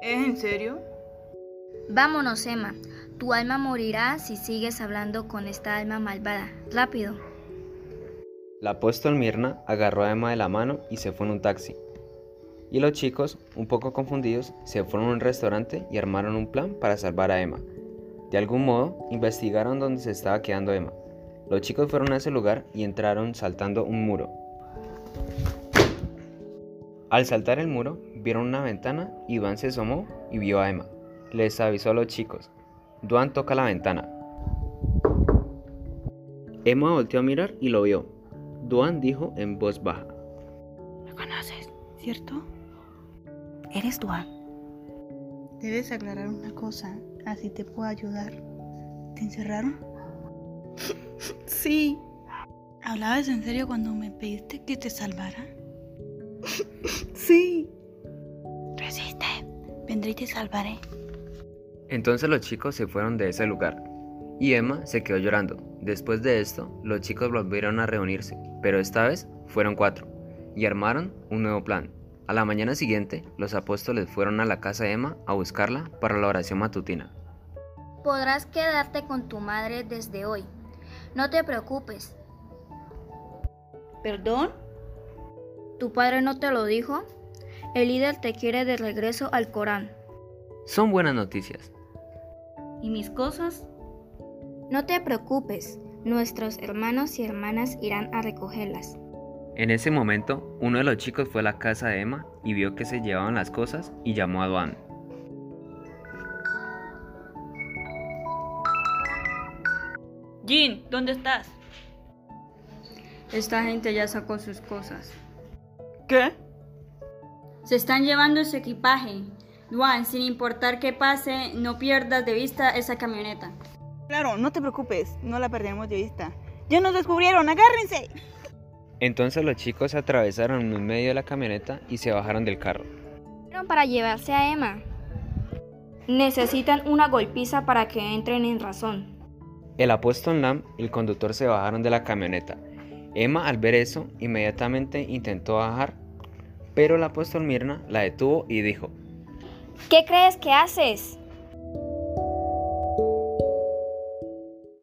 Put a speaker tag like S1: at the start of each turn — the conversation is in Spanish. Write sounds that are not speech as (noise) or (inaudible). S1: ¿Es en serio?
S2: Vámonos, Emma. Tu alma morirá si sigues hablando con esta alma malvada. Rápido.
S3: La apóstol Mirna agarró a Emma de la mano y se fue en un taxi. Y los chicos, un poco confundidos, se fueron a un restaurante y armaron un plan para salvar a Emma. De algún modo, investigaron dónde se estaba quedando Emma. Los chicos fueron a ese lugar y entraron saltando un muro. Al saltar el muro, vieron una ventana, Iván se asomó y vio a Emma. Les avisó a los chicos. Duan toca la ventana. Emma volteó a mirar y lo vio. Duan dijo en voz baja.
S4: Me conoces, ¿cierto? Eres Duan.
S1: Debes aclarar una cosa, así te puedo ayudar.
S4: ¿Te encerraron?
S1: (laughs) Sí,
S4: ¿Hablabas en serio cuando me pediste que te salvara?
S1: (laughs) sí.
S4: Resiste. Vendré y te salvaré.
S3: Entonces los chicos se fueron de ese lugar y Emma se quedó llorando. Después de esto, los chicos volvieron a reunirse, pero esta vez fueron cuatro y armaron un nuevo plan. A la mañana siguiente, los apóstoles fueron a la casa de Emma a buscarla para la oración matutina.
S2: Podrás quedarte con tu madre desde hoy. No te preocupes.
S1: ¿Perdón?
S2: ¿Tu padre no te lo dijo? El líder te quiere de regreso al Corán.
S3: Son buenas noticias.
S1: ¿Y mis cosas?
S2: No te preocupes. Nuestros hermanos y hermanas irán a recogerlas.
S3: En ese momento, uno de los chicos fue a la casa de Emma y vio que se llevaban las cosas y llamó a Duan.
S1: Jin, ¿dónde estás?
S5: Esta gente ya sacó sus cosas.
S1: ¿Qué?
S5: Se están llevando su equipaje. Juan, sin importar qué pase, no pierdas de vista esa camioneta.
S1: Claro, no te preocupes, no la perdemos de vista. ¡Ya nos descubrieron! ¡Agárrense!
S3: Entonces los chicos atravesaron en medio de la camioneta y se bajaron del carro.
S2: Fueron para llevarse a Emma. Necesitan una golpiza para que entren en razón.
S3: El apóstol Lam y el conductor se bajaron de la camioneta. Emma al ver eso inmediatamente intentó bajar, pero el apóstol Mirna la detuvo y dijo,
S2: ¿Qué crees que haces?